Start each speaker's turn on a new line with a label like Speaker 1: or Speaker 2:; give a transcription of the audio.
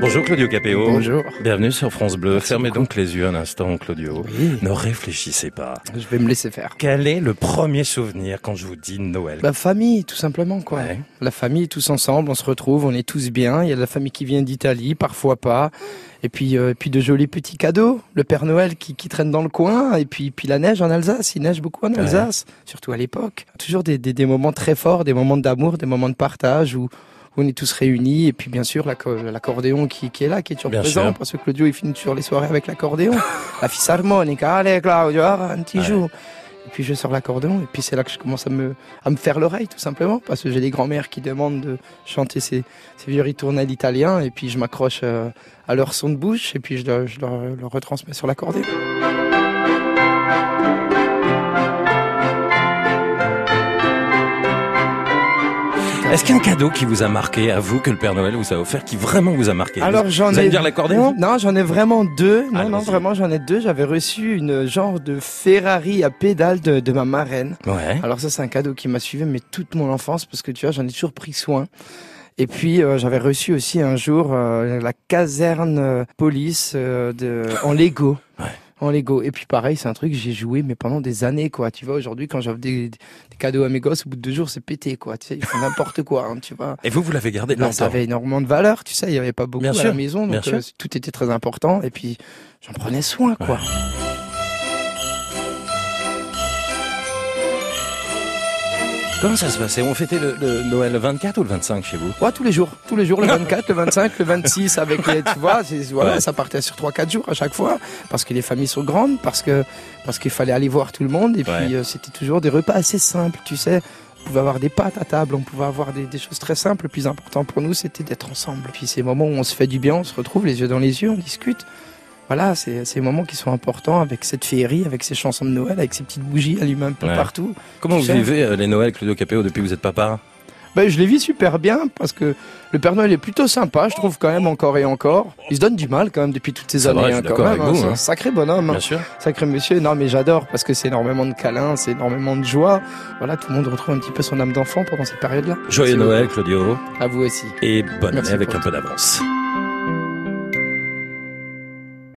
Speaker 1: Bonjour Claudio Capéo.
Speaker 2: Bonjour.
Speaker 1: Bienvenue sur France Bleu.
Speaker 2: Merci
Speaker 1: Fermez
Speaker 2: beaucoup.
Speaker 1: donc les yeux un instant, Claudio.
Speaker 2: Oui.
Speaker 1: Ne réfléchissez pas.
Speaker 2: Je vais me laisser faire.
Speaker 1: Quel est le premier souvenir quand je vous dis Noël
Speaker 2: La famille, tout simplement, quoi.
Speaker 1: Ouais.
Speaker 2: La famille, tous ensemble, on se retrouve, on est tous bien. Il y a de la famille qui vient d'Italie, parfois pas. Et puis, euh, et puis de jolis petits cadeaux. Le Père Noël qui, qui traîne dans le coin. Et puis, puis la neige en Alsace. Il neige beaucoup en Alsace, surtout à l'époque. Toujours des, des, des moments très forts, des moments d'amour, des moments de partage où, où on est tous réunis. Et puis, bien sûr, l'acco- l'accordéon qui, qui est là, qui est toujours
Speaker 1: Bien
Speaker 2: présent.
Speaker 1: sûr.
Speaker 2: Parce que Claudio, il finit toujours les soirées avec l'accordéon. la fisarmonica, allez Claudio, un petit
Speaker 1: Ouais.
Speaker 2: jour. Et puis je sors l'accordéon et puis c'est là que je commence à me, à me faire l'oreille tout simplement parce que j'ai des grands-mères qui demandent de chanter ces, ces vieux ritournelles italiens et puis je m'accroche euh, à leur son de bouche et puis je leur, je leur- leur retransmets sur l'accordéon.
Speaker 1: Est-ce qu'il y a un cadeau qui vous a marqué à vous que le Père Noël vous a offert, qui vraiment vous a marqué
Speaker 2: Alors j'en
Speaker 1: Vous allez
Speaker 2: ai
Speaker 1: me dire l'accordéon
Speaker 2: Non, j'en ai vraiment deux. Non, non,
Speaker 1: Allons-y.
Speaker 2: vraiment j'en ai deux. J'avais reçu une genre de Ferrari à pédale de, de ma marraine.
Speaker 1: Ouais.
Speaker 2: Alors ça c'est un cadeau qui m'a suivi mais toute mon enfance parce que tu vois j'en ai toujours pris soin. Et puis euh, j'avais reçu aussi un jour euh, la caserne euh, police euh, de en Lego.
Speaker 1: Ouais.
Speaker 2: En Lego. Et puis pareil, c'est un truc que j'ai joué mais pendant des années quoi. Tu vois aujourd'hui quand j'offre des, des cadeaux à mes gosses au bout de deux jours c'est pété quoi. Tu sais ils font n'importe quoi hein, tu vois.
Speaker 1: Et vous, vous l'avez gardé
Speaker 2: Là, Bah, ça
Speaker 1: longtemps
Speaker 2: avait énormément de valeur, tu sais, il n'y avait pas beaucoup
Speaker 1: Bien
Speaker 2: à
Speaker 1: sûr,
Speaker 2: la maison,
Speaker 1: bien
Speaker 2: donc
Speaker 1: sûr.
Speaker 2: euh, tout était très important, et puis j'en prenais soin, quoi.
Speaker 1: Comment ça se passait On fêtait le, le Noël le 24 ou le 25 chez vous
Speaker 2: Ouais, tous les jours, tous les jours, le 24, le 25, le 26, avec les, tu vois, c'est- voilà,
Speaker 1: Ouais.
Speaker 2: ça partait sur 3-4 jours à chaque fois, parce que les familles sont grandes, parce que parce qu'il fallait aller voir tout le monde, et puis
Speaker 1: Ouais.
Speaker 2: euh, c'était toujours des repas assez simples, tu sais. On pouvait avoir des pâtes à table, on pouvait avoir des, des choses très simples. Le plus important pour nous, c'était d'être ensemble. Puis ces moments où on se fait du bien, on se retrouve les yeux dans les yeux, on discute. Voilà, c'est ces moments qui sont importants avec cette féerie, avec ces chansons de Noël, avec ces petites bougies allumées un peu
Speaker 1: Ouais.
Speaker 2: partout.
Speaker 1: Comment
Speaker 2: Tu
Speaker 1: vous
Speaker 2: sais-
Speaker 1: vivez euh, les Noëls, Claudio Capéo, depuis que vous êtes papa
Speaker 2: Ben, je les vis super bien parce que le Père Noël est plutôt sympa, je trouve quand même encore et encore. Il se donne du mal quand même depuis toutes ces
Speaker 1: C'est
Speaker 2: années.
Speaker 1: vrai, je
Speaker 2: hein,
Speaker 1: suis
Speaker 2: quand
Speaker 1: d'accord
Speaker 2: même,
Speaker 1: avec
Speaker 2: hein.
Speaker 1: vous,
Speaker 2: C'est
Speaker 1: hein.
Speaker 2: un sacré bonhomme, hein.
Speaker 1: Bien sûr.
Speaker 2: sacré monsieur. Non mais j'adore parce que c'est énormément de câlins, c'est énormément de joie. Voilà, tout le monde retrouve un petit peu son âme d'enfant pendant cette période-là.
Speaker 1: Joyeux
Speaker 2: Merci
Speaker 1: Noël, Claudio,
Speaker 2: beaucoup. À vous aussi.
Speaker 1: et bonne
Speaker 2: Merci
Speaker 1: année avec
Speaker 2: pour
Speaker 1: un peu d'avance.